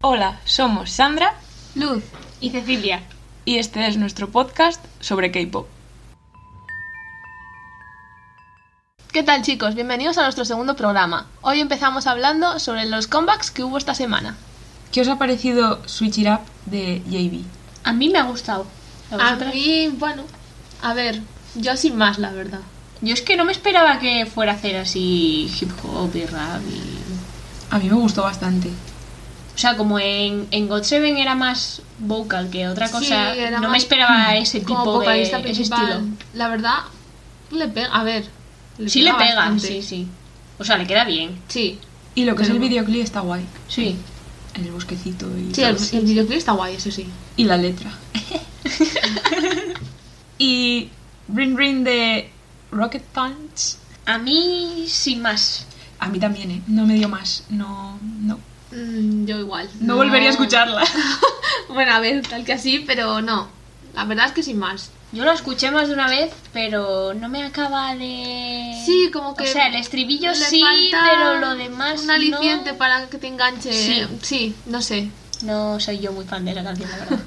Hola, somos Sandra Luz y Cecilia. y este es nuestro podcast sobre K-pop. ¿Qué tal chicos? Bienvenidos a nuestro segundo programa. Hoy empezamos hablando sobre los comebacks que hubo esta semana. ¿Qué os ha parecido Switch It Up de JB? A mí me ha gustado. A mí, bueno, a ver, yo sin más, la verdad. Yo es que no me esperaba que fuera a hacer así hip hop y rap. y- A mí me gustó bastante. O sea, como en, en God Seven era más vocal que otra Sí, cosa, era no me más esperaba ese tipo de ese estilo. La verdad, le pega, a ver. sí le pega, bastante. sí, sí. O sea, le queda bien. Sí, Y lo que es el Pero- videoclip está guay. Sí. En el bosquecito y sí, todo. el, el videoclip está guay, eso sí. Y la letra. y Ring Ring de Rocket Punch. A mí, sin más. A mí también, ¿eh? No me dio más. No, no. Mm, yo igual. No, volvería a escucharla. Bueno, a ver, tal que así, pero no. La verdad es que sin más. Yo lo escuché más de una vez, pero no me acaba de... Sí, como que O sea, el estribillo le sí, falta pero lo demás Un no. aliciente para que te enganche. Sí. Sí, no sé. No soy yo muy fan de esa canción, la verdad.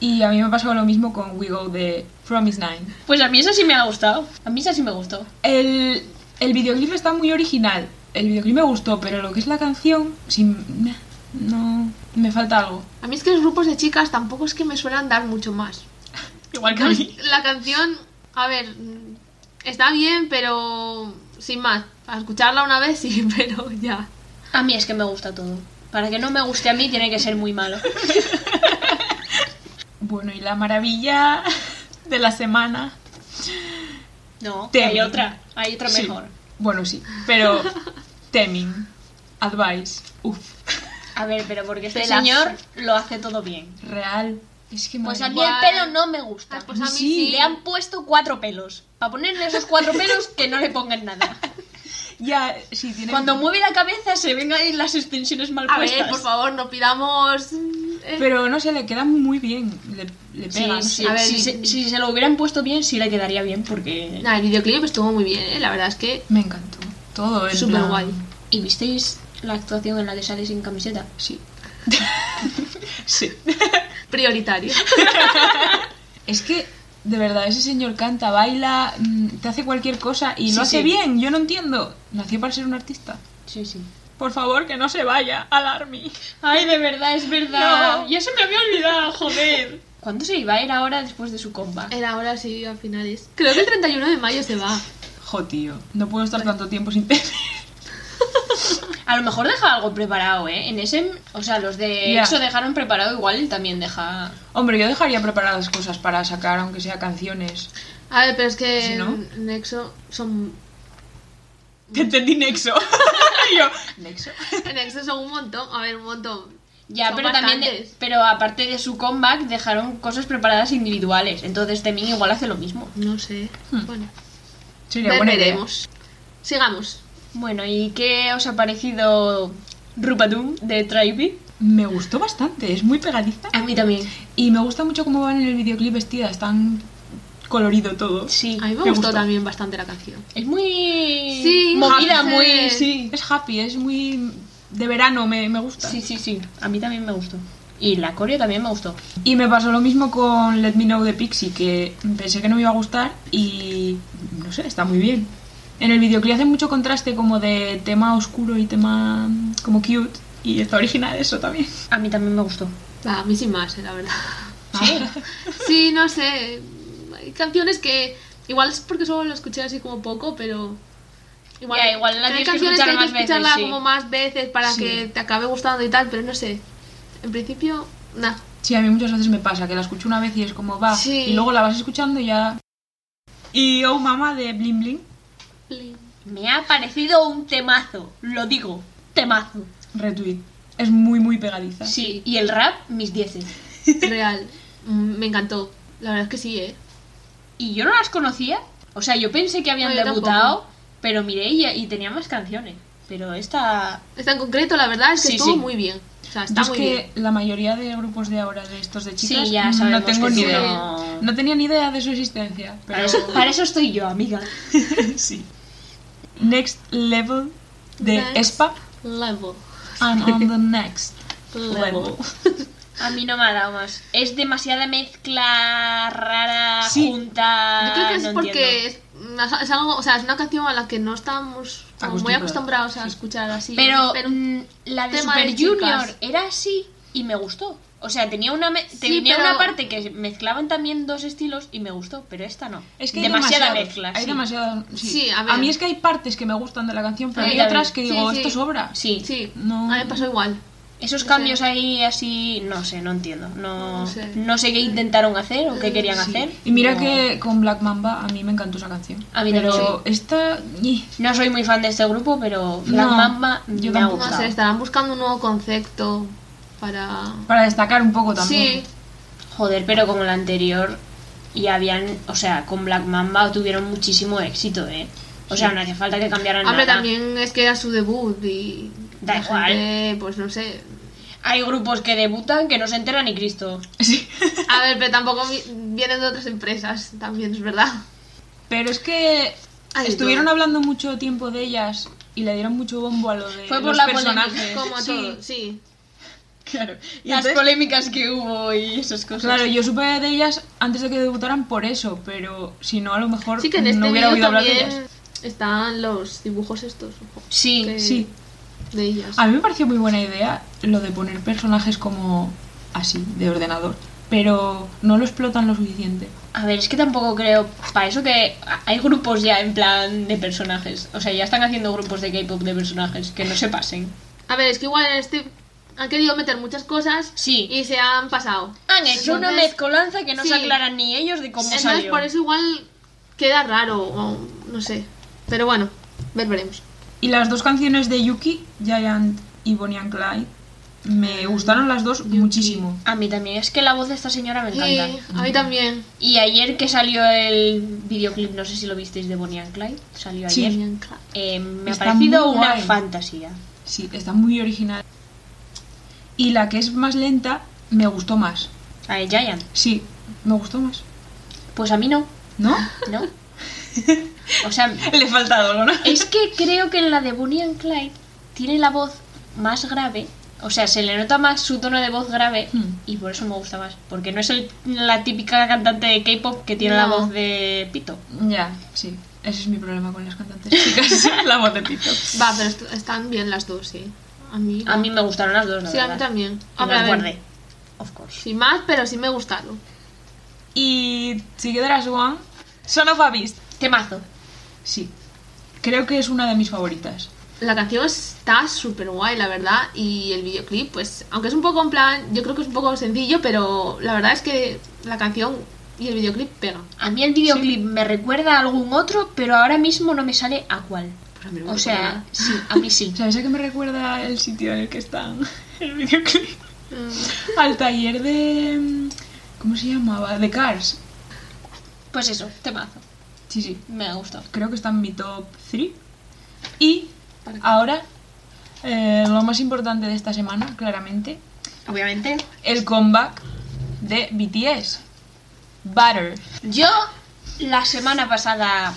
y a mí me pasó lo mismo con We Go de Promise Nine. Pues a mí esa sí me ha gustado. A mí esa sí me gustó. El, el videoclip está muy original. El videoclip me gustó, pero lo que es la canción, sin, nah, no, me falta algo. A mí es que los grupos de chicas tampoco es que me suelen dar mucho más. Igual que La canción, a ver, mm, está bien, pero sin más. A escucharla una vez sí, pero ya. A mí es que me gusta todo. Para que no me guste a mí tiene que ser muy malo. Bueno, y la maravilla de la semana. No, Temi. hay otra. Hay otra Sí. mejor. Bueno, sí, pero Temin, Advice, uff, A ver, pero porque este Pelazo. señor lo hace todo bien. real. Es que Pues a madre mí Igual. el pelo no me gusta. Ah, pues a mí Sí. sí. Le han puesto cuatro pelos. Para ponerle esos cuatro pelos que no le pongan nada. Ya, sí, tiene. Cuando mueve la cabeza se ven ahí las extensiones mal A puestas. ver, por favor, no pidamos. mm, eh, Pero no sé, le queda muy bien. Le, le Sí, pega. no sí, sé. A ver, si, se, si se lo hubieran puesto bien, sí le quedaría bien porque... Nah, el videoclip estuvo muy bien, ¿eh? la verdad es que Me encantó. Todo el súper guay. ¿Y visteis la actuación en la que sale sin camiseta? Sí. sí. Prioritario. Es que, de verdad, ese señor canta, baila, mm, te hace cualquier cosa y Sí, lo hace sí. bien. Yo no entiendo. Nació para ser un artista. Sí, sí. Por favor, que no se vaya al army. Ay, de verdad, es verdad. No. Ya se me había olvidado, joder. ¿Cuándo se iba a ir ahora después de su comba? Era ahora sí, al final es. Creo que el 31 de mayo se va. Jo, tío. No puedo estar tanto tiempo sin tele. A lo mejor deja algo preparado, ¿eh? En ese... O sea, los de Ya. EXO dejaron preparado, igual él también deja... Hombre, yo dejaría preparadas cosas para sacar, aunque sea canciones. A ver, pero es que Si no. Nexo son. Te entendí Nexo. yo, Nexo. Nexo son un montón. A ver, un montón. Ya, Son pero también... bastantes. Pero aparte de su comeback, dejaron cosas preparadas individuales. Entonces Temin igual hace lo mismo. No sé. Hmm. Bueno, Sería ve- buena idea. veremos. Sigamos. Bueno, ¿y qué os ha parecido Rupadum de Tribe? Me gustó bastante, es muy pegadiza. A mí también. Y me gusta mucho cómo van en el videoclip vestidas, tan colorido todo. Sí. A mí me, me gustó, gustó. también bastante la canción. Es muy... Sí, movida, happy. muy... Sí. Sí. Es happy, es muy de verano, me, me gusta. Sí, sí, sí. A mí también me gustó. Y la coreo también me gustó. Y me pasó lo mismo con Let Me Know de Pixie, que pensé que no me iba a gustar y no sé, está muy bien. En el videoclip hace mucho contraste como de tema oscuro y tema mm, como cute y está original eso también. A mí también me gustó. Va, a mí sin más, eh, la verdad. Sí. Sí, no sé. Hay canciones que. Igual es porque solo lo escuché así como poco, pero. Ya, igual la hay tienes que canciones que hay escuchar que más veces, escucharla sí. como más veces para Sí. que te acabe gustando y tal, pero no sé. En principio, nada. Sí, a mí muchas veces me pasa que la escucho una vez y es como va Sí. y luego la vas escuchando y ya... Y Oh Mama de Bling Bling. Me ha parecido un temazo. Lo digo. Temazo. Retweet. Es muy, muy pegadiza. Sí. Y el rap, mis dieces. Real. Mm, Me encantó. La verdad es que sí, ¿eh? Y yo no las conocía. O sea, yo pensé que habían No, yo debutado, tampoco. pero miré y, y tenía más canciones. Pero esta... Esta en concreto, la verdad es que Sí, estuvo sí. muy bien. O sea, Yo está es muy que bien. la mayoría de grupos de ahora, de estos de chicas, Sí, ya no sabemos tengo que ni tú idea. no. No tenía ni idea de su existencia, Para, pero eso, para eso estoy yo, amiga. sí. Next Level de Next. Espa. Level. I'm on the next Luego. A mí no me ha dado más. Es demasiada mezcla rara, Sí. junta. Yo creo que es Ah, no porque entiendo. es, es algo, o sea, es una canción a la que no estamos como muy Acostumbrados. acostumbrados a escuchar así. Pero, mm, la de tema Super de chicas. Junior era así y me gustó. O sea, tenía una, me- tenía pero- una parte que mezclaban también dos estilos y me gustó, pero esta no. Es que hay demasiada demasiados, mezcla. Hay sí. demasiado. Sí, Sí, a ver. mí es que hay partes que me gustan de la canción, pero Sí, hay a ver. otras que Sí, digo, sí. esto sobra. Sí. Sí, No. a mí me pasó igual. Esos No cambios sé. ahí así, no sé, no entiendo. No, No no, sé. sé. qué intentaron hacer o qué querían Sí. hacer. Y mira No. que con Black Mamba a mí me encantó esa canción. A mí pero también, esta. ñi. No soy muy fan de este grupo, pero Black No, Mamba yo me ha tampoco. No gustado. sé, estarán buscando un nuevo concepto para... Para destacar un poco también. Sí, Joder, pero con el anterior ya habían, o sea, con Black Mamba tuvieron muchísimo éxito, ¿eh? O sea, no hace falta que cambiaran hombre, nada. también es que era su debut y... Da la igual. gente, pues no sé. Hay grupos que debutan que no se enteran ni Cristo. Sí. A ver, pero tampoco vi- vienen de otras empresas, también es verdad. Pero es que Ay, estuvieron no. hablando mucho tiempo de ellas y le dieron mucho bombo a lo de Fue por los la personajes. polémica, Como Eh, sí, todo, sí. claro. Y Las entonces- polémicas que hubo y esas pues, cosas. Claro, yo supe de ellas antes de que debutaran por eso, pero si no, a lo mejor Sí que en este no hubiera vídeo oído hablar de también ellas. están los dibujos estos ojo, Sí, que- Sí, Ah. de ellas. a mí me pareció muy buena idea lo de poner personajes como así, de ordenador, pero no lo explotan lo suficiente. A ver, es que tampoco creo. Para eso que hay grupos ya en plan de personajes. O sea, ya están haciendo grupos de K-pop de personajes. Que no se pasen. A ver, es que igual en este han querido meter muchas cosas Sí. y se han pasado. Han hecho una Entonces- mezcolanza que no sí. se aclaran ni ellos de cómo Entonces salió. por eso igual queda raro, o no sé. Pero bueno, ver, veremos. Y las dos canciones de Yuki, Giant y Bonnie and Clyde, Ah, me gustaron las dos muchísimo. A mí también. Es que la voz de esta señora me Sí, encanta. a mí también. Y ayer que salió el videoclip, no sé si lo visteis, de Bonnie and Clyde. Salió Sí. ayer. Eh, me Está ha parecido muy una guay. fantasía. Sí, está muy original. Y la que es más lenta, me gustó más. A ver, Giant. Sí, me gustó más. Pues a mí no. ¿No? ¿No? o sea, Le falta algo, ¿no? Es que creo que en la de Bonnie and Clyde tiene la voz más grave, o sea, se le nota más su tono de voz grave Hmm. y por eso me gusta más, porque no es el- la típica cantante de K-pop que tiene la No. voz de pito. Ya, sí. Ese es mi problema con las cantantes chicas. la voz de Pito. Va, pero est- están bien las dos, sí. A mí. A mí me gustaron las dos, la sí, a verdad. mí también. Y Hombre, las a ver, guardé, of course. sin más, pero sí me gustaron. Y Together as One, Son of a Beast. Temazo. Sí. Creo que es una de mis favoritas. La canción está súper guay, la verdad, y el videoclip, pues, aunque es un poco en plan, yo creo que es un poco sencillo, pero la verdad es que la canción y el videoclip pegan. A mí el videoclip me recuerda a algún otro, pero ahora mismo no me sale a cuál. Pues a mí no me O recuerda sea, sí, a mí sí. ¿Sabes a qué me recuerda el sitio en el que están? El videoclip. nada. Mm. Al taller de... mm, ¿Cómo se llamaba? De Cars. Pues eso, temazo. Sí, sí. Me ha gustado. Creo que está en mi top 3. Y Para- ahora, eh, lo más importante de esta semana, claramente, Obviamente. el comeback de BTS. Butter. Yo la semana pasada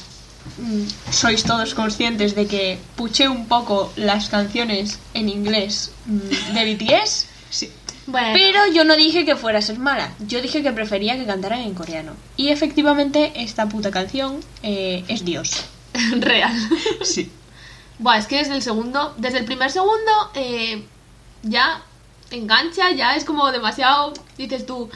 mm, sois todos conscientes de que puché un poco las canciones en inglés mm, de BTS, Sí. Bueno, pero yo no dije que fuera a ser mala, yo dije que prefería que cantaran en coreano. Y efectivamente esta puta canción eh, es Dios. real. Sí. Buah, es que desde el segundo, desde el primer segundo, eh, ya engancha, ya es como demasiado, dices tú,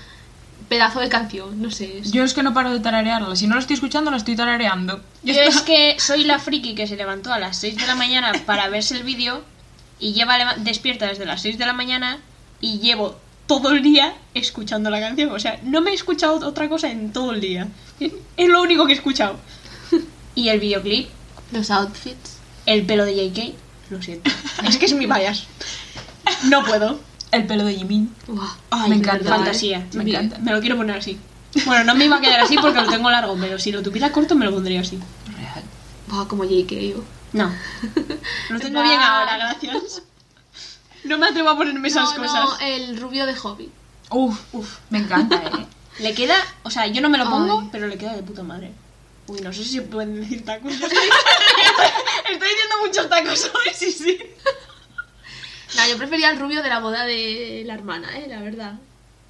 pedazo de canción, no sé. es- Yo es que no paro de tararearla. Si no la estoy escuchando, la estoy tarareando. Ya Yo está. es que soy la friki que se levantó a las 6 de la mañana para verse el vídeo y lleva leva- despierta desde las 6 de la mañana y llevo todo el día escuchando la canción. O sea, no me he escuchado otra cosa en todo el día. Es lo único que he escuchado. Y el videoclip, Los outfits. el pelo de JK, lo siento. Es que es mi bias. No puedo. El pelo de Jimin. Buah. Ay, Me de encanta, verdad, Fantasía. eh. Me Bien. encanta. Me lo quiero poner así. Bueno, no me iba a quedar así porque lo tengo largo, pero si lo tuviera corto me lo pondría así. Real. Buah, como JK. yo. No. Lo tengo Va. bien ahora, gracias. No me atrevo a ponerme esas No, cosas. no, el rubio de Hobbit. Uf, uf. Me encanta, eh. Le queda, o sea, yo no me lo pongo, Ay. pero le queda de puta madre. Uy, no sé si se pueden decir tacos. Yo estoy, estoy diciendo muchos tacos hoy, sí, sí. No, yo prefería el rubio de la boda de la hermana, eh, la verdad.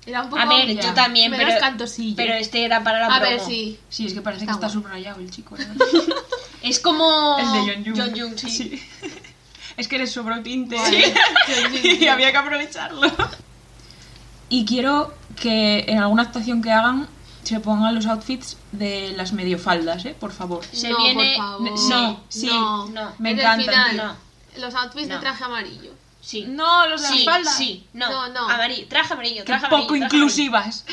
Era un poco. A ver, ya. yo también, menos pero, cantosillo. pero este era para la a ver, promo. sí. Sí, es que parece que Está está guapo. subrayado el chico. ¿eh? Es como... El de John Jung. John sí. Es que eres sobrotinte. Sí, sí, sí. y había que aprovecharlo. Y quiero que en alguna actuación que hagan se pongan los outfits de las mediofaldas, ¿eh? Por favor. Se no, viene- por favor. ne- sí, sí, no. Me Es del encantan, final. no. Los outfits No. de traje amarillo. Sí. No, los sí, sí, no. No, no. Amarillo, traje amarillo, Qué traje amarillo. poco traje inclusivas.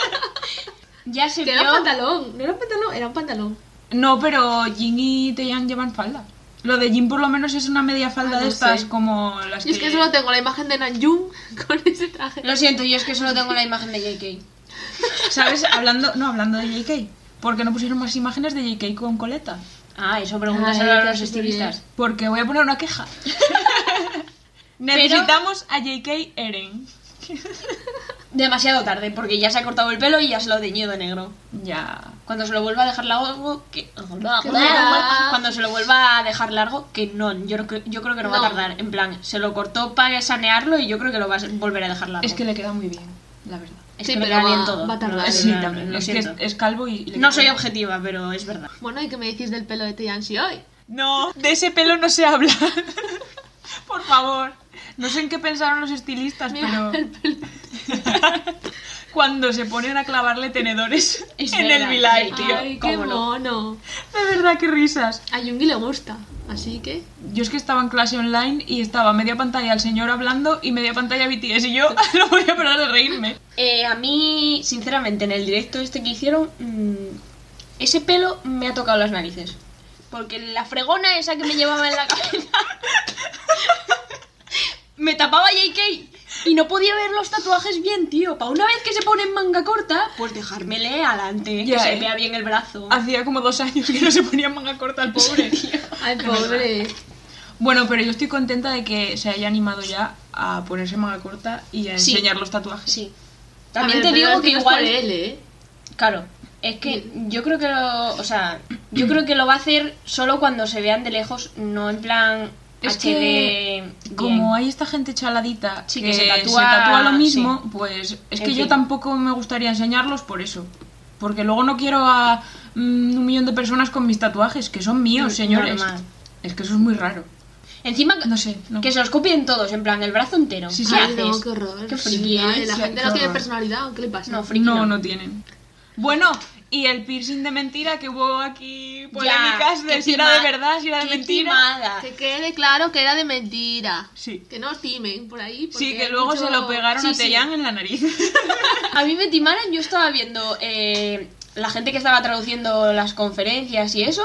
amarillo. Ya se Que era un vio... pantalón. No era un pantalón, era un pantalón. No, pero Jin y Taeyang llevan falda. Lo de Jin por lo menos es una media falda Ah, de no estas sé. como las Yo es que solo tengo la imagen de Nanjung con ese traje. Lo siento, yo es que solo tengo la imagen de JK. ¿Sabes? Hablando, no, hablando de JK. ¿Por qué no pusieron más imágenes de JK con coleta? Ah, eso Ay, pregúntaselo a qué los estilistas. Porque voy a poner una queja. Necesitamos a JK Eren. Demasiado tarde, porque ya se ha cortado el pelo y ya se lo ha teñido de negro. Ya. Cuando se lo vuelva a dejar largo, que... va. Cuando se lo vuelva a dejar largo, que no, yo, creo que- yo creo que no, va No. a tardar. En plan, se lo cortó para sanearlo y yo creo que lo va a volver a dejar largo. Es que le queda muy bien, la verdad. Es Sí, que me pero queda bien va- todo. va a tardar. No, Sí, Sí, no, no, también. Lo Es que es, siento. es calvo y... y le No queda soy bien. objetiva, pero es verdad. Bueno, ¿y qué me decís del pelo de Tianxi hoy? No, de ese pelo no se habla. Por favor. No sé en qué pensaron los estilistas, Mira, pero el pelo. cuando se ponen a clavarle tenedores Es en el verdad, Vilay, sí. tío. Ay, qué cómo no. mono. De verdad, qué risas. A Jungi le gusta, así que. Yo es que estaba en clase online y estaba media pantalla el señor hablando y media pantalla BTS y yo no podía parar de reírme. Eh, a mí, sinceramente, en el directo este que hicieron, mm, ese pelo me ha tocado las narices. Porque la fregona esa que me llevaba en la cabeza me tapaba JK y no podía ver los tatuajes bien, tío. Para una vez que se pone en manga corta, pues dejármele adelante, Ya, que eh. se vea bien el brazo. Hacía como dos años que no se ponía manga corta al pobre. Ay, pobre. Bueno, pero yo estoy contenta de que se haya animado ya a ponerse manga corta y a Sí. enseñar los tatuajes. Sí. También A ver, te pero digo es que no es igual... por él, ¿eh? Claro, es que yo creo que lo, o sea, yo creo que lo va a hacer solo cuando se vean de lejos, no en plan Es HD que, bien. Como hay esta gente chaladita Sí, que, que se, se tatúa, tatúa- lo mismo, pues es En que yo fin. tampoco me gustaría enseñarlos por eso. Porque luego no quiero a mm, un millón de personas con mis tatuajes, que son míos, Mm, señores. normal. Es que eso es muy raro. encima No sé, no. que se los copien todos, en plan el brazo entero. Sí, ¿Qué sí. Ay, haces? no, qué horror. Qué Sí, friki ay, es. La Sí, gente qué no tiene horror. personalidad, ¿o ¿qué le pasa? No, friki no, no. no tienen. Bueno, y el piercing de mentira que hubo aquí Ya, polémicas de qué si era de tima- verdad, si era de qué mentira. timada. Que quede claro que era de mentira. Sí. Que no os timen por ahí. Sí, porque que hay luego mucho- se lo pegaron Sí, a sí. Tellán en la nariz. A mí me timaron, yo estaba viendo eh, la gente que estaba traduciendo las conferencias y eso,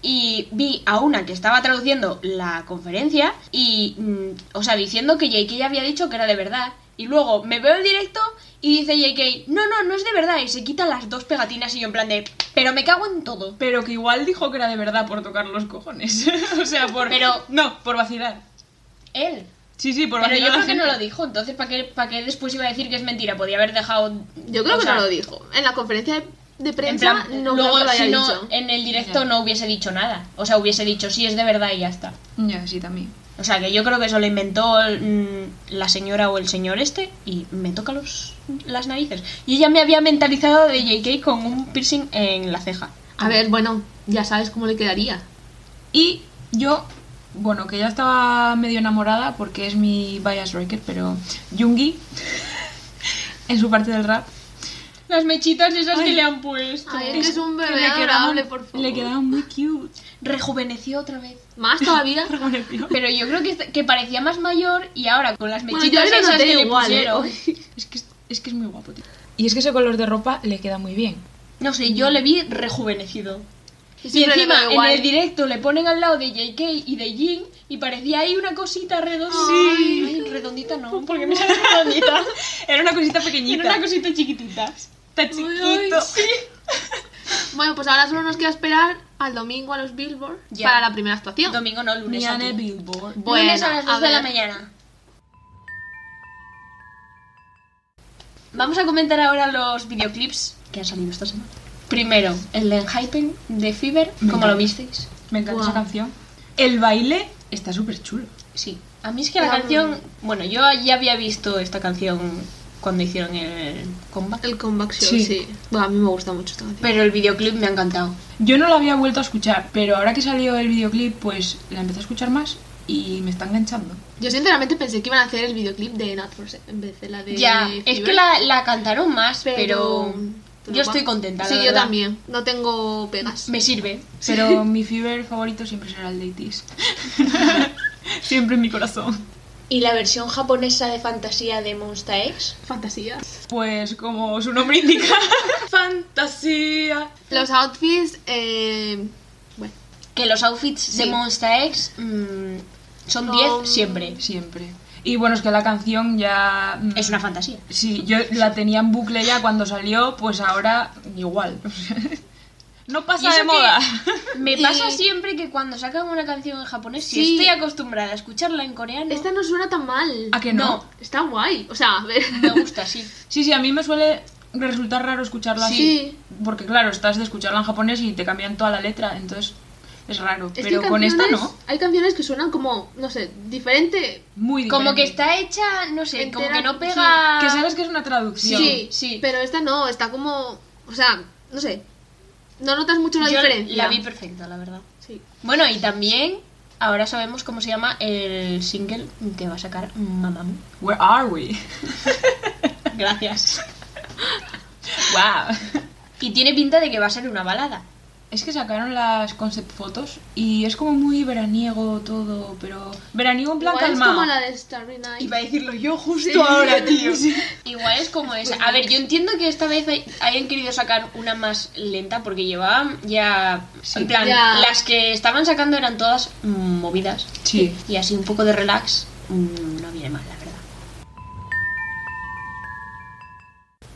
y vi a una que estaba traduciendo la conferencia y, mm, o sea, diciendo que JK ya había dicho que era de verdad. Y luego me veo el directo y dice JK, no, no, no es de verdad. Y se quita las dos pegatinas y yo en plan de, pero me cago en todo. Pero que igual dijo que era de verdad por tocar los cojones. o sea, por. Pero- No, por vacilar. Él. Sí, sí, por Pero vacilar. yo a la creo que no gente. lo dijo, entonces ¿para qué, para qué después iba a decir que es mentira? Podía haber dejado... Yo creo o que sea, no lo dijo. En la conferencia de- de En prensa plan, no creo luego que lo haya si no, eh, dicho. en el directo Ya. no hubiese dicho nada. O sea, hubiese dicho sí es de verdad y ya está. Ya, sí, también. O sea, que yo creo que eso lo inventó mm, la señora o el señor este y me toca los, las narices. Y ella me había mentalizado de JK con un piercing en la ceja. A ver, bueno, ya sabes cómo le quedaría. Y yo, bueno, que ya estaba medio enamorada porque es mi bias breaker, pero. Yungi, en su parte del rap. Las mechitas esas Ay. que le han puesto. Ay, es que es un que bebé adorable, por favor. Le quedaban muy cute. Rejuveneció otra vez. Más todavía. rejuveneció. Pero yo creo que, est- que parecía más mayor y ahora con las Bueno, mechitas yo lo esas noté que le igual, ¿eh? pusieron. es, que, es- es que es muy guapo, tío. Y es que ese color de ropa le queda muy bien. No sé, yo le vi rejuvenecido. Y Y siempre le encima queda en igual. el directo le ponen al lado de JK y de Jin y parecía ahí una cosita redondita. Sí. Ay, redondita no, porque me sale redondita. Era una cosita pequeñita. Era una cosita chiquitita. Está Uy, chiquito. uy, Bueno, pues ahora solo nos queda esperar al domingo a los Billboard Ya. para la primera actuación. Domingo no, lunes. a Miane ti. Billboard. Bueno, lunes a las 2 de ver. la mañana. Vamos a comentar ahora los videoclips que han salido esta semana. Primero, el de Hyping de Fever, Me ¿cómo encanta. lo visteis? Me encanta esa Guau. canción. El baile está súper chulo. Sí. A mí es que la Claro. canción. Bueno, yo ya había visto esta canción cuando hicieron el comeback. El comeback show, Sí. sí. Bueno, a mí me gusta mucho esta canción. Pero el videoclip me ha encantado. Yo no la había vuelto a escuchar, pero ahora que salió el videoclip, pues la empecé a escuchar más y me está enganchando. Yo sinceramente pensé que iban a hacer el videoclip de Not For Sale en vez de la de. ya, es Fever, que la, la cantaron más, pero. pero yo va. estoy contenta. la Sí, yo verdad. también. No tengo pegas. Me sirve. Pero mi fever favorito siempre será el de Itis. siempre en mi corazón. ¿Y la versión japonesa de fantasía de Monsta X? Fantasía. Pues como su nombre indica. Fantasía. Los outfits. Eh... Bueno, Que los outfits de Sí. Monsta X mm, son Son- 10 siempre. Siempre. Y bueno, es que la canción ya... mm, Es una fantasía. Sí, yo la tenía en bucle ya cuando salió, pues ahora igual. no Y pasa eso de moda. Me Y- pasa siempre que cuando sacan una canción en japonés, si Sí. estoy acostumbrada a escucharla en coreano, esta no suena tan mal. ¿A que no? No. Está guay. O sea, a ver. me gusta, sí. Sí, sí, a mí me suele resultar raro escucharla Sí. así. Porque claro, estás de escucharla en japonés y te cambian toda la letra, entonces es raro. Es que Pero hay con esta canciones- no. Hay canciones que suenan como, no sé, diferente. Muy diferente. Como que está hecha, no sé, como que Entera- no pega... Que sabes que es una traducción. Sí, sí. Pero esta no, está como. O sea, no sé. No notas mucho la Yo diferencia. la vi perfecta, la verdad. Sí. Bueno, y también ahora sabemos cómo se llama el single que va a sacar Mamamoo. Where are we? Gracias. wow. Y tiene pinta de que va a ser una balada. Es que sacaron las concept fotos y es como muy veraniego todo, pero veraniego en plan Igual es calmado. como la de Starry Night. a decirlo yo justo Sí. ahora, tío. Igual es como esa. A ver, yo entiendo que esta vez hay- hayan querido sacar una más lenta porque llevaban ya... Sí. en plan, Ya. las que estaban sacando eran todas mm, movidas. Sí. Y así un poco de relax mm, no viene mal, la verdad.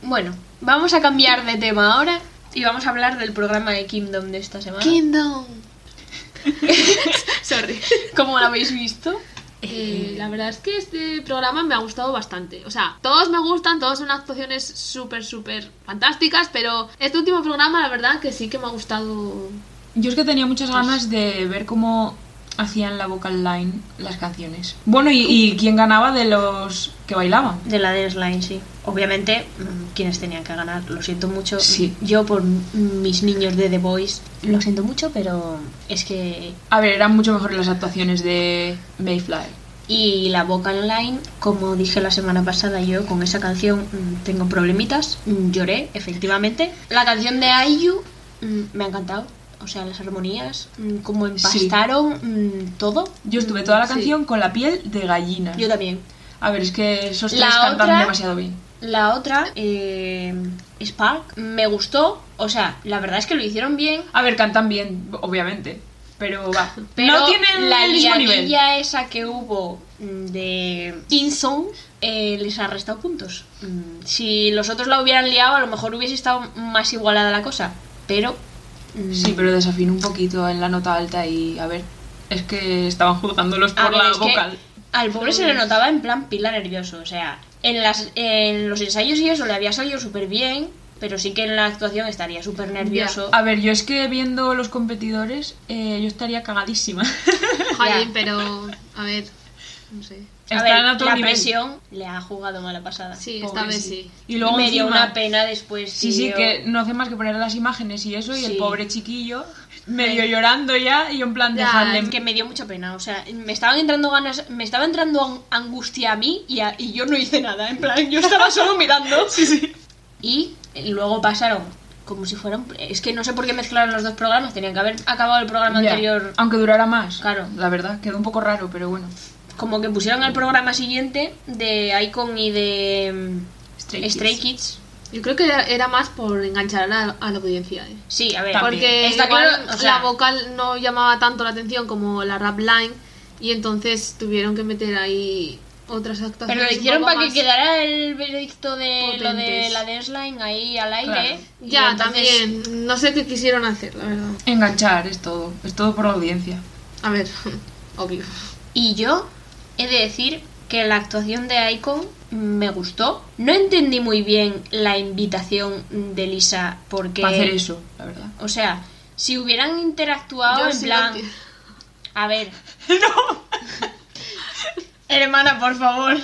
Bueno, vamos a cambiar de tema ahora y vamos a hablar del programa de Kingdom de esta semana. Kingdom. Sorry. ¿Cómo lo habéis visto? Eh, la verdad es que este programa me ha gustado bastante. O sea, todos me gustan, todos son actuaciones súper, súper fantásticas, pero este último programa, la verdad, que sí que me ha gustado. Yo es que tenía muchas ganas de ver cómo hacían la vocal line las canciones. Bueno, y, y quién ganaba de los que bailaban. De la dance line, sí. Obviamente, mm, quienes tenían que ganar, lo siento mucho. Sí. Yo por mm, mis niños de The Voice, lo siento mucho, pero es que... A ver, eran mucho mejores las actuaciones de Mayfly. Y la vocal line, como dije la semana pasada yo, con esa canción mm, tengo problemitas, mm, lloré, efectivamente. La canción de IU mm, me ha encantado. O sea, las armonías, mm, como empastaron mm, todo. Yo estuve toda la Sí. canción con la piel de gallina. Yo también. A ver, es que esos tres La cantan otra- demasiado bien. La otra, eh, Spark, me gustó. O sea, la verdad es que lo hicieron bien. A ver, cantan bien, obviamente. Pero va. Pero no tienen la el mismo nivel. liadilla esa que hubo mm, de Kingsong eh, les ha restado puntos. Mm, Si los otros la hubieran liado, a lo mejor hubiese estado más igualada la cosa. Pero. mm, Sí, pero desafino un poquito en la nota alta y a ver. Es que estaban juzgándolos a por ver, la es que vocal. al pobre se le notaba en plan pila nervioso. O sea, en, las, en los ensayos y eso le había salido súper bien. Pero sí que en la actuación estaría súper nervioso. A ver, yo es que viendo los competidores, eh, yo estaría cagadísima. Jolín, pero. A ver. No sé. A Están ver, a otro la nivel. presión le ha jugado mala pasada. Sí, esta Pobre, vez sí. sí. Y luego me dio encima- una pena después. Sí, sí, tío. que no hace más que poner las imágenes y eso, y el Sí. pobre chiquillo medio llorando ya, y yo en plan, Ya, dejadle. Es que me dio mucha pena, o sea, me estaban entrando ganas, me estaba entrando an- angustia a mí y, a- y yo no hice nada, en plan, yo estaba solo mirando. Y luego pasaron como si fueran, es que no sé por qué mezclaron los dos programas, tenían que haber acabado el programa Ya, anterior, Aunque durara más. Claro. La verdad, quedó un poco raro, pero bueno. como que pusieron el programa siguiente de Icon y de mm, Stray Stray, Kids. Kids. Yo creo que era- era más por enganchar a la, a la audiencia, ¿eh? Sí, a ver, También. Porque Está igual claro, o sea- la vocal no llamaba tanto la atención como la rap line y entonces tuvieron que meter ahí otras actuaciones. pero lo un hicieron poco para que más- quedara el veredicto de lo de potentes. la Deadline ahí al aire. Claro. y Ya, entonces- también. No sé qué quisieron hacer, la verdad. Enganchar, es todo. Es todo por la audiencia. A ver, obvio. Y yo he de decir que la actuación de Icon me gustó. No entendí muy bien la invitación de Lisa porque... Para hacer eso, la verdad. O sea, si hubieran interactuado Yo en sí lo plan... enti- A ver, Hermana, por favor.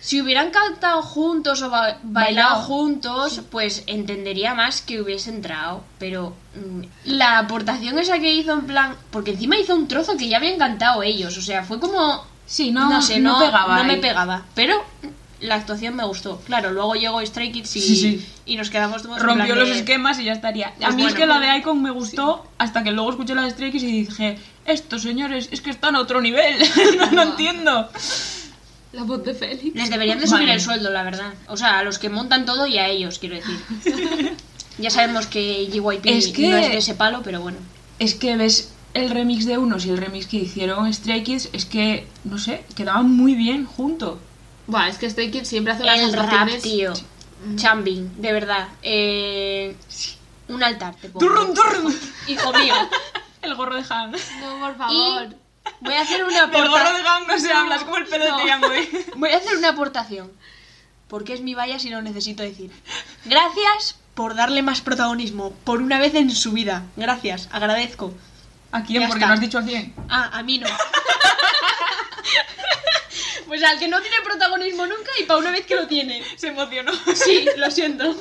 Si hubieran cantado juntos o ba- bailado, Bailado. juntos, pues entendería más que hubiese entrado. Pero mm, la aportación esa que hizo en plan... Porque encima hizo un trozo que ya habían cantado ellos. O sea, fue como... Sí, no, no pegaba no me ahí. pegaba. Pero mm, la actuación me gustó. Claro, luego llegó Stray Kids y, Sí, sí. y nos quedamos todos en Rompió plan los de- esquemas y ya estaría. a Pues mí es bueno, que la bueno. de Icon me gustó hasta que luego escuché la de Stray Kids y dije, estos señores es que están a otro nivel, no lo entiendo. La voz de Félix. Les deberían de subir Vale. el sueldo, la verdad. O sea, a los que montan todo y a ellos, quiero decir. ya sabemos que GYP Es que- no es de ese palo, pero bueno. Es que ves el remix de unos y el remix que hicieron Stray Kids, es que, no sé, quedaban muy bien juntos. Buah, es que Stray Kids siempre hace unas El rap, actuaciones- tío. mm. Chambing, de verdad. Eh, un altar, te pongo. ¡Turrun, turrun! Hijo mío. El gorro de Han. No, por favor. Voy a hacer una Del gorro de aportación. Han no se habla, es como el pelo de Tiangue. Voy a hacer una aportación. Porque es mi valla si lo necesito decir. Gracias por darle más protagonismo. Por una vez en su vida. Gracias, agradezco. ¿A quién? Ya Porque está. no has dicho a quién. Ah, a mí no. pues al que no tiene protagonismo nunca y para una vez que lo tiene. Se emocionó. Sí, lo siento.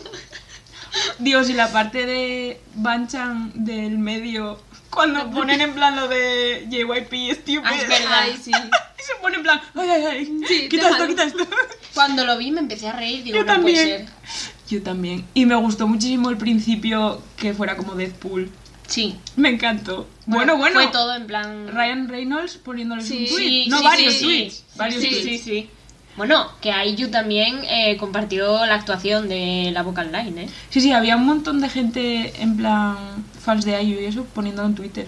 Dios, y la parte de Banchan del medio, cuando ponen en plan lo de JYP Stupid. Ah, es verdad. Ay, sí. pues, Se pone en plan, ay, ay, ay, Sí, quita esto, déjalo. quita esto. Cuando lo vi me empecé a reír, digo, Yo no puede también. ser. Yo también. Y me gustó muchísimo el principio que fuera como Deadpool. Sí. Me encantó. Bueno, bueno. Fue todo en plan. Ryan Reynolds poniéndole Sí, un tweet. sí, no, sí, varios sí, tweets. sí. Varios Sí, tweets. sí, Bueno, que Ayu también eh, compartió la actuación de la vocal line, ¿eh? Sí, sí, había un montón de gente en plan fans de IU y eso poniéndolo en Twitter.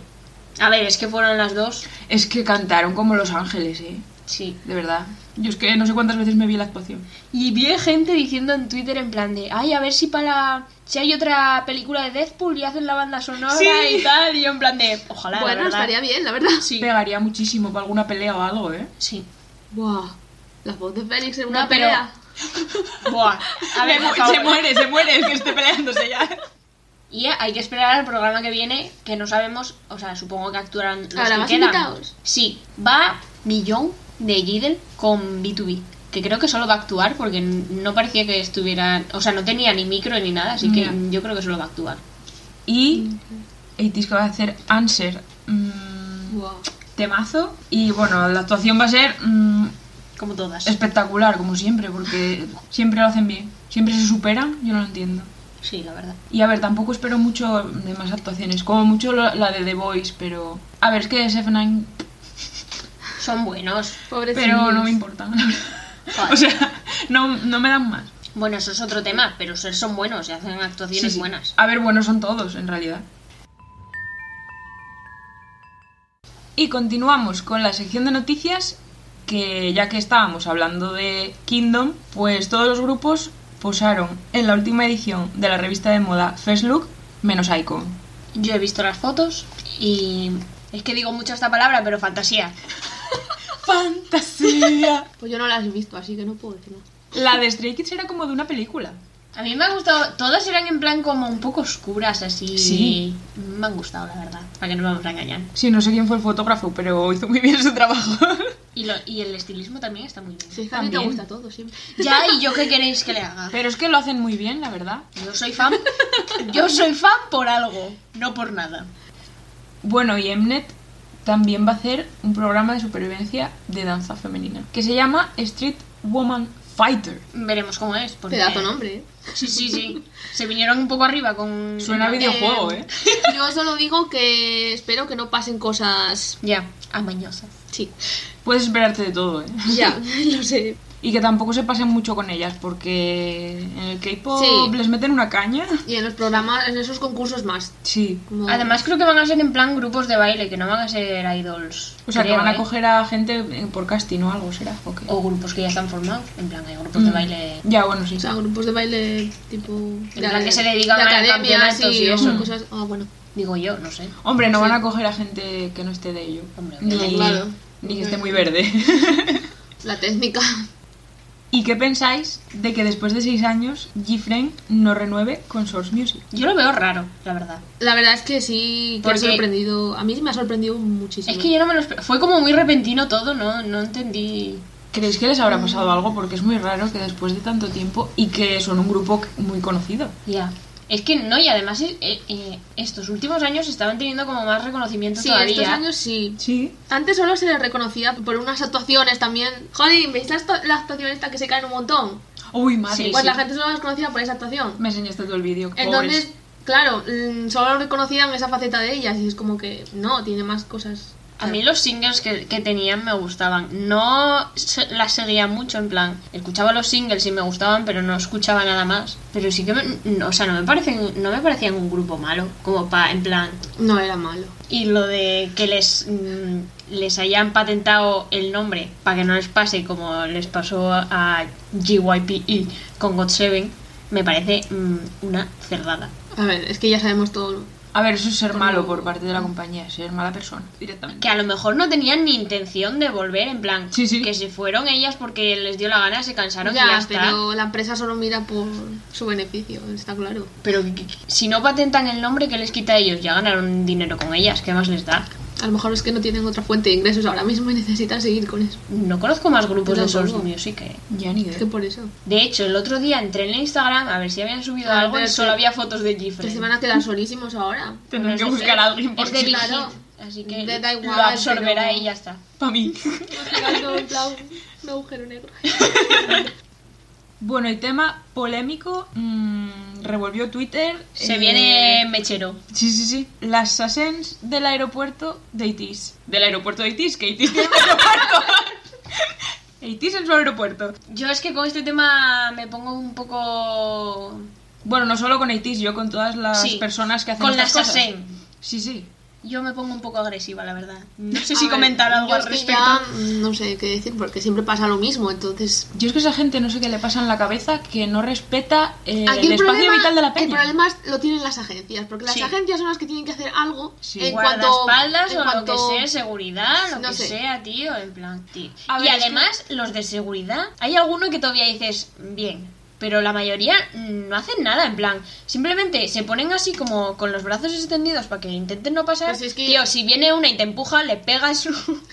A ver, es que fueron las dos. Es que cantaron como Los Ángeles, eh. Sí. De verdad. Yo es que no sé cuántas veces me vi la actuación. Y vi gente diciendo en Twitter en plan de, ay, a ver si para... Si hay otra película de Deadpool y hacen la banda sonora Sí. y tal. Y yo en plan de, ojalá, la Bueno, verdad". estaría bien, la verdad. Sí, Pegaría muchísimo para alguna pelea o algo, eh. sí. Buah. La voz de Félix en una No, pero- pelea. Buah. A ver, Me mu- por favor. se muere, se muere, es que esté peleándose ya. Y hay que esperar al programa que viene, que no sabemos, o sea, supongo que actuarán los Ahora, que ¿más quedan. invitados? Sí, va Millón de Gidel con B2B, que creo que solo va a actuar porque n- no parecía que estuvieran, o sea, no tenía ni micro ni nada, así que Ya. mm, yo creo que solo va a actuar. Y 80 que va a hacer Answer. mm, Buah. temazo. Y bueno, la actuación va a ser mm, Como todas. espectacular, como siempre, porque siempre lo hacen bien. Siempre se superan, yo no lo entiendo. Sí, la verdad. Y a ver, tampoco espero mucho de más actuaciones, como mucho lo- la de The Voice, pero. A ver, es que SF9, Son buenos. Pobrecillos. pero no me importa, la verdad. O sea, no, no me dan más. Bueno, eso es otro tema, pero ser son buenos y hacen actuaciones Sí, sí. buenas. A ver, bueno, son todos, en realidad. Y continuamos con la sección de noticias, que ya que estábamos hablando de Kingdom, pues todos los grupos posaron en la última edición de la revista de moda First Look, menos Icon. Yo he visto las fotos y es que digo mucho esta palabra, pero fantasía. ¡Fantasía! Pues yo no las he visto, así que no puedo decir nada. La de Stray Kids era como de una película. A mí me ha gustado, todas eran en plan como un poco oscuras así. Sí. Me han gustado, la verdad, para que no vamos a engañar. Sí, no sé quién fue el fotógrafo, pero hizo muy bien su trabajo. Y, lo- y el estilismo también está muy bien. Sí, es que a mí te También. gusta todo siempre. Ya, ¿y yo qué queréis que le haga? pero es que lo hacen muy bien, la verdad. Yo soy fan, yo soy fan por algo, no por nada. Bueno, y Mnet también va a hacer un programa de supervivencia de danza femenina que se llama Street Woman Fighter. Veremos cómo es. Porque... Pedazo nombre, ¿eh? Sí, sí, sí. Se vinieron un poco arriba con... Suena a videojuego, ¿eh? Yo solo digo que espero que no pasen cosas. Ya, amañosas. Sí, Puedes esperarte de todo, ¿eh? ya, lo sé. Y que tampoco se pasen mucho con ellas porque en el K-pop Sí. les meten una caña. Y en los programas, en esos concursos más. Sí. Como- Además creo que van a ser en plan grupos de baile, que no van a ser idols. O sea, creo, que van ¿eh? a coger a gente eh, por casting o algo, ¿será? ¿O qué? O grupos que ya están formados, en plan hay grupos de Mm. baile Ya, bueno, sí. O sea, grupos de baile tipo. En plan que se dedican de a academias campeonatos y, y eso. cosas. Ah, bueno. Digo yo, no sé. Hombre, no van a coger a gente que no esté de ello. Hombre, ni, claro. ni que esté muy verde. La técnica. ¿Y qué pensáis de que después de seis años Gifren no renueve con Source Music? Yo lo veo raro, la verdad. La verdad es que sí, que ha Porque- sorprendido. A mí sí me ha sorprendido muchísimo. Es que yo no me lo esperaba. Fue como muy repentino todo, no, no entendí. ¿Creéis que les habrá pasado algo? Porque es muy raro que después de tanto tiempo y que son un grupo muy conocido. Ya. Es que no, y además eh, eh, estos últimos años estaban teniendo como más reconocimiento Sí, todavía. estos años sí. Sí. Antes solo se les reconocía por unas actuaciones también. Joder, ¿veis la, actu- la actuación esta que se caen un montón? Uy, madre. Sí, Pues- Pues la gente solo las conocía por esa actuación. Me enseñaste todo el vídeo. Pues, qué Entonces, pobres. claro, mm, solo reconocían esa faceta de ellas y es como que no, tiene más cosas. A mí los singles que, que tenían me gustaban. No se- las seguía mucho, en plan, escuchaba los singles y me gustaban, pero no escuchaba nada más. Pero sí que, me- n- o sea, no me, parecen, no me parecían un grupo malo, como pa, en plan. no era malo. Y lo de que les, mm, les hayan patentado el nombre para que no les pase como les pasó a GYPE E con God Seven, me parece mm, una cerrada. A ver, es que ya sabemos todo. A ver, eso es ser Como- malo por parte de la compañía, ser mala persona directamente. que a lo mejor no tenían ni intención de volver, en plan, Sí, sí. que se fueron ellas porque les dio la gana, se cansaron y ya ya, está. pero la empresa solo mira por su beneficio, está claro. Pero que- que- que- si no patentan el nombre, ¿qué les quita a ellos? Ya ganaron dinero con ellas, ¿qué más les da? A lo mejor es que no tienen otra fuente de ingresos ahora mismo y necesitan seguir con eso. No conozco más grupos Yo de Source tampoco. Music. eh. Ya ni Es que idea. por eso. De hecho, el otro día entré en Instagram a ver si habían subido Ah, algo y pero solo que- había fotos de Gifre. Que se van a quedar solísimos ahora. Tendrán que no sé. buscar a alguien Es porque de Claro. Big Hit, así que Le da igual, lo absorberá pero- y ya está. para mí. Tirando en plan un agujero negro. Bueno, el tema polémico mm, revolvió Twitter. Se eh, viene mechero. Sí, sí, sí. Las asens del aeropuerto de Itis. Del aeropuerto de Itis, que Itis tiene un aeropuerto. Itis en su aeropuerto. Yo es que con este tema me pongo un poco... Bueno, no solo con Itis, yo con todas las Sí, personas que hacen Con estas las cosas. Asen. Sí, sí. Yo me pongo un poco agresiva, la verdad. No sé A si ver, comentar algo yo al es que respecto. ya no sé qué decir porque siempre pasa lo mismo, entonces. Yo es que esa gente no sé qué le pasa en la cabeza que no respeta eh, Aquí el, el, espacio problema, vital de la peña. el problema es- lo tienen las agencias, porque las Sí. agencias son las que tienen que hacer algo Sí. en cuanto Guardaespaldas en o cuanto- lo que sea, seguridad, lo No que sé. sea, tío, en plan, tío. A y ver, es que- además, los de seguridad, hay alguno que todavía dices, bien, pero la mayoría mm, no hacen nada, en plan, simplemente se ponen así como con los brazos extendidos para que intenten no pasar. Pues es que- Tío, si viene una y te empuja, le pegas un...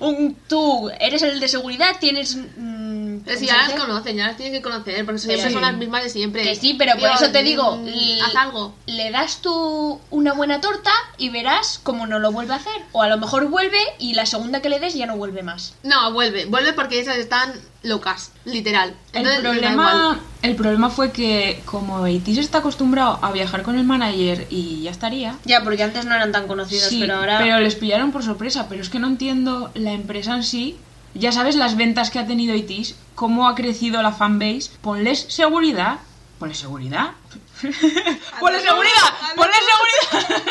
un- tú eres el de seguridad, tienes... mm, Pero si ¿cómo se Pues ya las dice? conocen, ya las tienen que conocer, porque siempre Pero- son las mismas de siempre. Que sí, pero por Tío, eso te digo, mm, l- Haz algo. le das tú una buena torta y verás cómo no lo vuelve a hacer. O a lo mejor vuelve y la segunda que le des ya no vuelve más. No, vuelve, vuelve porque esas están locas, literal. El Entonces, les da problema, igual. el problema fue que como Itis está acostumbrado a viajar con el manager y ya estaría, Ya, porque antes no eran tan conocidos, sí, pero ahora... les pillaron por sorpresa. Pero es que no entiendo la empresa en sí. Ya sabes las ventas que ha tenido Itis, cómo ha crecido la fanbase. Ponles seguridad. Ponles seguridad. Ponles seguridad. Ponles seguridad.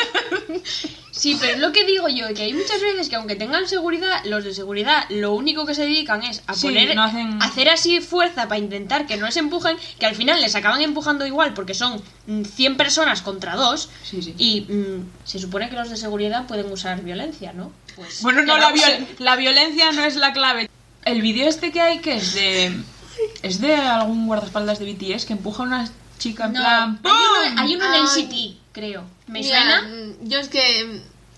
Sí, pero es lo que digo yo, que hay muchas veces que aunque tengan seguridad, los de seguridad lo único que se dedican es a Sí, poner... no hacen- Hacer así fuerza para intentar que no les empujen, que al final les acaban empujando igual porque son mm, 100 personas contra dos. Sí, sí. Y mm, se supone que los de seguridad pueden usar violencia, ¿no? Pues, Bueno, no, que la, lo viol- usen. la violencia no es la clave. El vídeo este que hay, que es de. Es de algún guardaespaldas de BTS que empuja a una chica en No, plan. hay uno, hay uno en Ay. NCT, creo. ¿Me Mira, suena? mm, Yo es que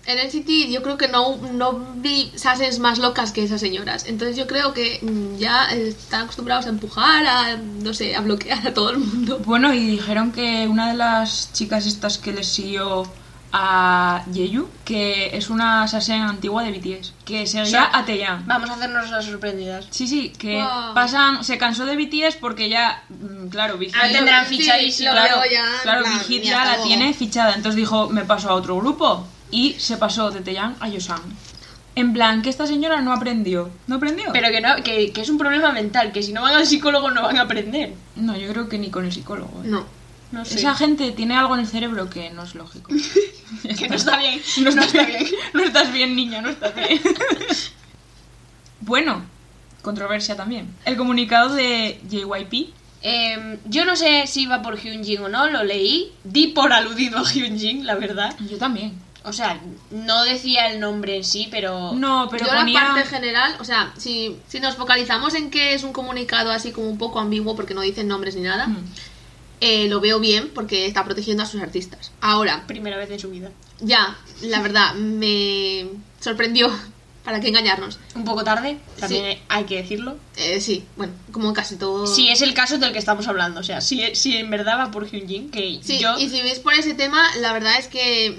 mm, en el City yo creo que no, no vi sases más locas que esas señoras. Entonces yo creo que mm, ya están acostumbrados a empujar, a, no sé, a bloquear a todo el mundo. Bueno, y dijeron que una de las chicas estas que les siguió a Yeyu, que es una assassin antigua de BTS, que seguía sea, a Taeyang. Vamos a hacernos las sorprendidas. Sí, sí, que Wow. pasan, se cansó de BTS porque ya, mm, claro, Big Ah, Hit- tendrán fichadísimo, lo veo claro, ya, en claro, plan, Big Hit ni ya hasta la luego. tiene fichada, entonces dijo, me paso a otro grupo y se pasó de Taeyang a Yosan. En plan, que esta señora no aprendió, no aprendió. Pero que, no, que, que es un problema mental, que si no van al psicólogo no van a aprender. No, yo creo que ni con el psicólogo. ¿eh? No. No sé. Esa gente tiene algo en el cerebro que no es lógico. que no está bien. No estás bien. No estás bien, niña, no estás bien. bueno, controversia también. El comunicado de JYP. Eh, yo no sé si iba por Hyunjin o no, lo leí. Di por aludido a Hyunjin, la verdad. Yo también. O sea, no decía el nombre en sí, pero... No, pero Oh. Yo ponía... la parte general, o sea, si, si nos focalizamos en que es un comunicado así como un poco ambiguo porque no dicen nombres ni nada, Mm. eh, lo veo bien porque está protegiendo a sus artistas. Ahora, Primera vez en su vida. ya, la verdad, me sorprendió, para qué engañarnos. Un poco tarde, también Sí. Oh. hay- hay que decirlo. Eh, sí, bueno, como casi todo... Si es el caso del que estamos hablando, o sea, si, si en verdad va por Hyunjin, que Sí, yo... y si ves por ese tema, la verdad es que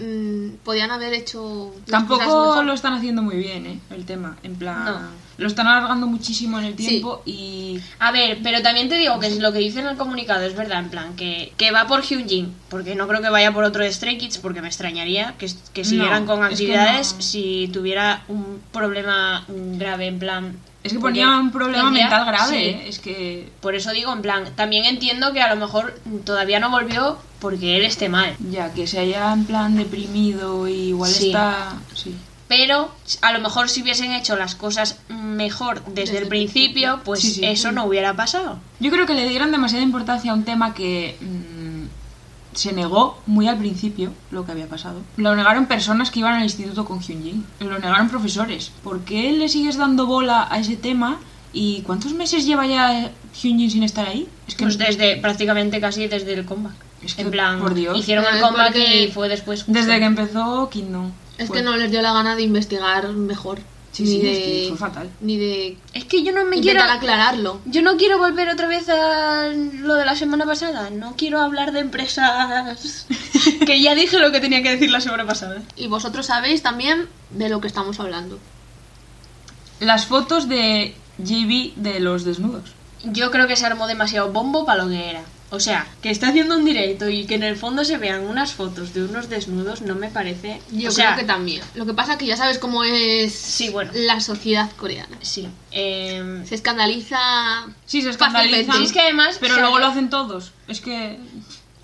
mm, podían haber hecho... las cosas Tampoco mejor. lo están haciendo muy bien, ¿eh? El tema, en plan... No. Lo están alargando muchísimo en el Sí. tiempo y... A ver, pero también te digo que lo que dicen en el comunicado es verdad, en plan, que, que va por Hyunjin, porque no creo que vaya por otro de Stray Kids, porque me extrañaría que, que No, siguieran con es que actividades no. si tuviera un problema mm, grave, en plan... Es que porque ponía un problema tendría- mental grave, sí. ¿eh? Es que... Por eso digo, en plan, también entiendo que a lo mejor todavía no volvió porque él esté mal. Ya, que se haya en plan deprimido y igual Sí. está... Sí. Pero a lo mejor si hubiesen hecho las cosas mejor desde, Desde el el principio, pues Sí, sí. eso no hubiera pasado. Yo creo que le dieron demasiada importancia a un tema que mm, se negó muy al principio lo que había pasado. Lo negaron personas que iban al instituto con Hyunjin. Lo negaron profesores. ¿Por qué le sigues dando bola a ese tema? ¿Y cuántos meses lleva ya Hyunjin sin estar ahí? Es que Pues no- desde prácticamente casi desde el comeback. Es que, en plan, por Dios. hicieron Pero el es comeback porque- y fue después. justo. desde que empezó Kingdom. Es que no les dio la gana de investigar mejor. Pues- Sí, ni sí, de, es que fue fatal. Ni de Es que yo no me quiero. intentar aclararlo. Yo no quiero volver otra vez a lo de la semana pasada. No quiero hablar de empresas. que ya dije lo que tenía que decir la semana pasada. Y vosotros sabéis también de lo que estamos hablando. Las fotos de JB de los desnudos. Yo creo que se armó demasiado bombo para lo que era. O sea, que está haciendo un directo y que en el fondo se vean unas fotos de unos desnudos no me parece. Yo o sea, creo que también. Lo que pasa que ya sabes cómo es Sí, bueno. la sociedad coreana. Sí. em, Se escandaliza. Sí, se escandalizan. Fácilmente. sí, es que además. Pero salió- luego lo hacen todos. Es que.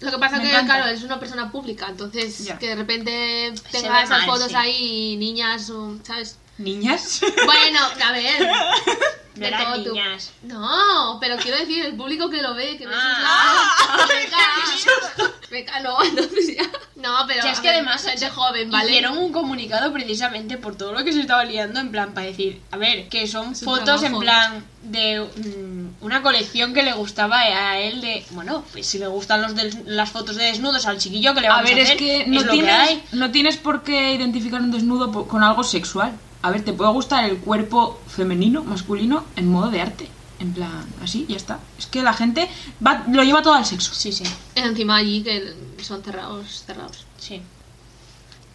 Lo que pasa Me que, encanta. claro, es una persona pública, entonces Ya. que de repente Se tenga ve esas mal, fotos sí. ahí, niñas, o, ¿sabes? Niñas. Bueno, a ver. No de eran todo tu- niñas. No, pero quiero decir, el público que lo ve, que no Ah. es Venga, venga, no, entonces ya. No, pero. Ya es a que ver, además gente joven, ¿vale? Hicieron un comunicado precisamente por todo lo que se estaba liando, en plan, para decir, a ver, que son Su fotos en trabajo. plan de mm, una colección que le gustaba a él de, bueno, pues si le gustan los des- las fotos de desnudos al chiquillo que le A vamos a, ver, es hacer, que no, lo que tienes, hay. no tienes por qué identificar un desnudo po- con algo sexual. A ver, te puede gustar el cuerpo femenino, masculino, en modo de arte. En plan, así, ya está. Es que la gente va, lo lleva todo al sexo. Sí, sí, Encima allí que son cerrados, cerrados. sí.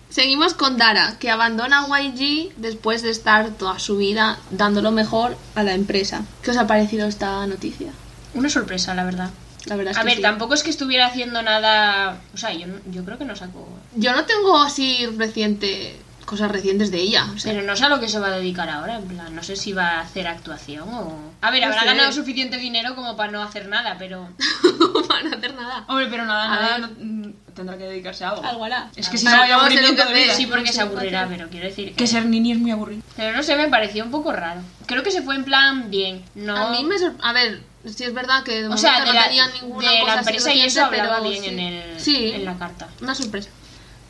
Seguimos con Dara, que abandona YG después de estar toda su vida dando lo mejor a la empresa. ¿Qué os ha parecido esta noticia? Una sorpresa, la verdad. La verdad es A que ver, sí. tampoco es que estuviera haciendo nada. O sea, yo, no- yo creo que no saco. Yo no tengo así reciente cosas recientes de ella. o sea, Pero no sé a lo que se va a dedicar ahora. En plan, no sé si va a hacer actuación o. A ver, No habrá sé. ganado suficiente dinero como para no hacer nada, pero. no van a hacer nada. Hombre, pero nada, A nadie ver. no- mm, tendrá que dedicarse a algo. Algo hará. Es que A si ver. no Para hay todos aburrimiento de educarse. vida. Sí, porque no se sé, aburrirá, cuatro. pero quiero decir. Que ser nini es muy aburrido. Pero no sé, me pareció un poco raro. Creo que se fue en plan bien. No. A mí me sor- A ver, si es verdad que de O sea, momento de no la, tenía ninguna de cosa así la empresa y reciente, eso hablaba pero bien sí. en, el, Sí, en la carta. una sorpresa.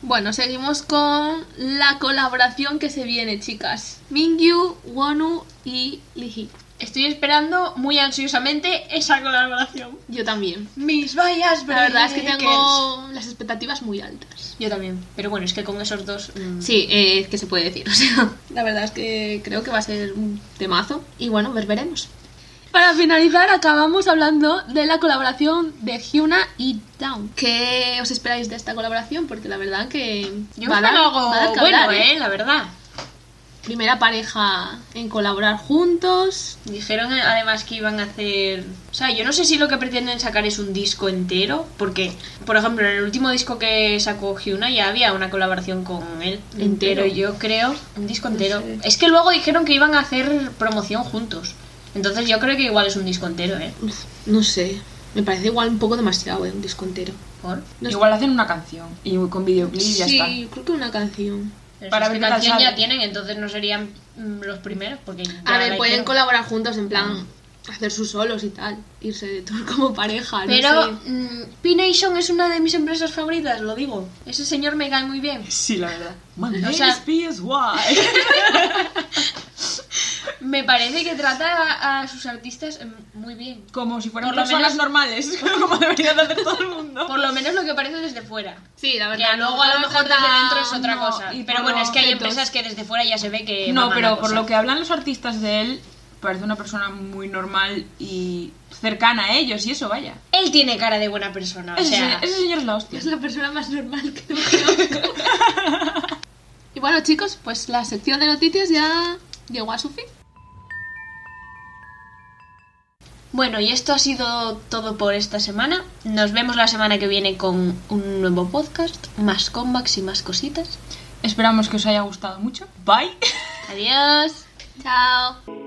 Bueno, seguimos con la colaboración que se viene, chicas. Mingyu, Wonu y Liji. Estoy esperando muy ansiosamente esa colaboración. Yo también. Mis vallas, La verdad es que tengo las expectativas muy altas. Yo también. Pero bueno, es que con esos dos. mm, Sí, eh, es que se puede decir. O sea, la verdad es que creo que va a ser un temazo. Y bueno, ver, veremos. Para finalizar, acabamos hablando de la colaboración de Hyuna y Down. ¿Qué os esperáis de esta colaboración? Porque la verdad que. Yo va a me dar- espero algo va a dar que bueno, hablar, eh, la verdad. Primera pareja en colaborar juntos. Dijeron eh, además que iban a hacer... O sea, yo no sé si lo que pretenden sacar es un disco entero, porque, por ejemplo, en el último disco que sacó Hyuna ya había una colaboración con él. Entero. Pero yo creo... Un disco entero. sé. Es que luego dijeron que iban a hacer promoción juntos. Entonces yo creo que igual es un disco entero, ¿eh? Uf, No sé. Me parece igual un poco demasiado, eh, un disco entero. Por... No sé. Igual hacen una canción y con videoclip y ya sí, está. creo que una canción. Pero Para si ver es que qué tal canción sale. ya tienen, entonces no serían mm, los primeros, porque... ya A la ver, pueden hicieron. Ah. colaborar juntos en plan hacer sus solos y tal, irse de tour como pareja, no Pero sé. mm, P-Nation es una de mis empresas favoritas, lo digo. Ese señor me cae muy bien. Sí, la verdad. My O name sea- is PSY. Me parece que trata a, a sus artistas mm, muy bien. Como si fueran Por lo personas menos- normales, como debería de hacer todo el mundo. Por lo menos lo que parece desde fuera. Sí, la Ya, verdad. luego a lo mejor desde da- dentro es otra no, cosa. y Pero por bueno, es que hay objetos. empresas que desde fuera ya se ve que. No, maman la pero por cosa. lo que hablan los artistas de él, parece una persona muy normal y cercana a ellos, y eso, vaya. Él tiene cara de buena persona, o Ese, sea. se- ese señor es la hostia. Es la persona más normal que conozco. y bueno, chicos, pues la sección de noticias ya llegó a su fin. Bueno, y esto ha sido todo por esta semana. Nos vemos la semana que viene con un nuevo podcast, más comebacks y más cositas. Esperamos que os haya gustado mucho. Bye. Adiós. Chao.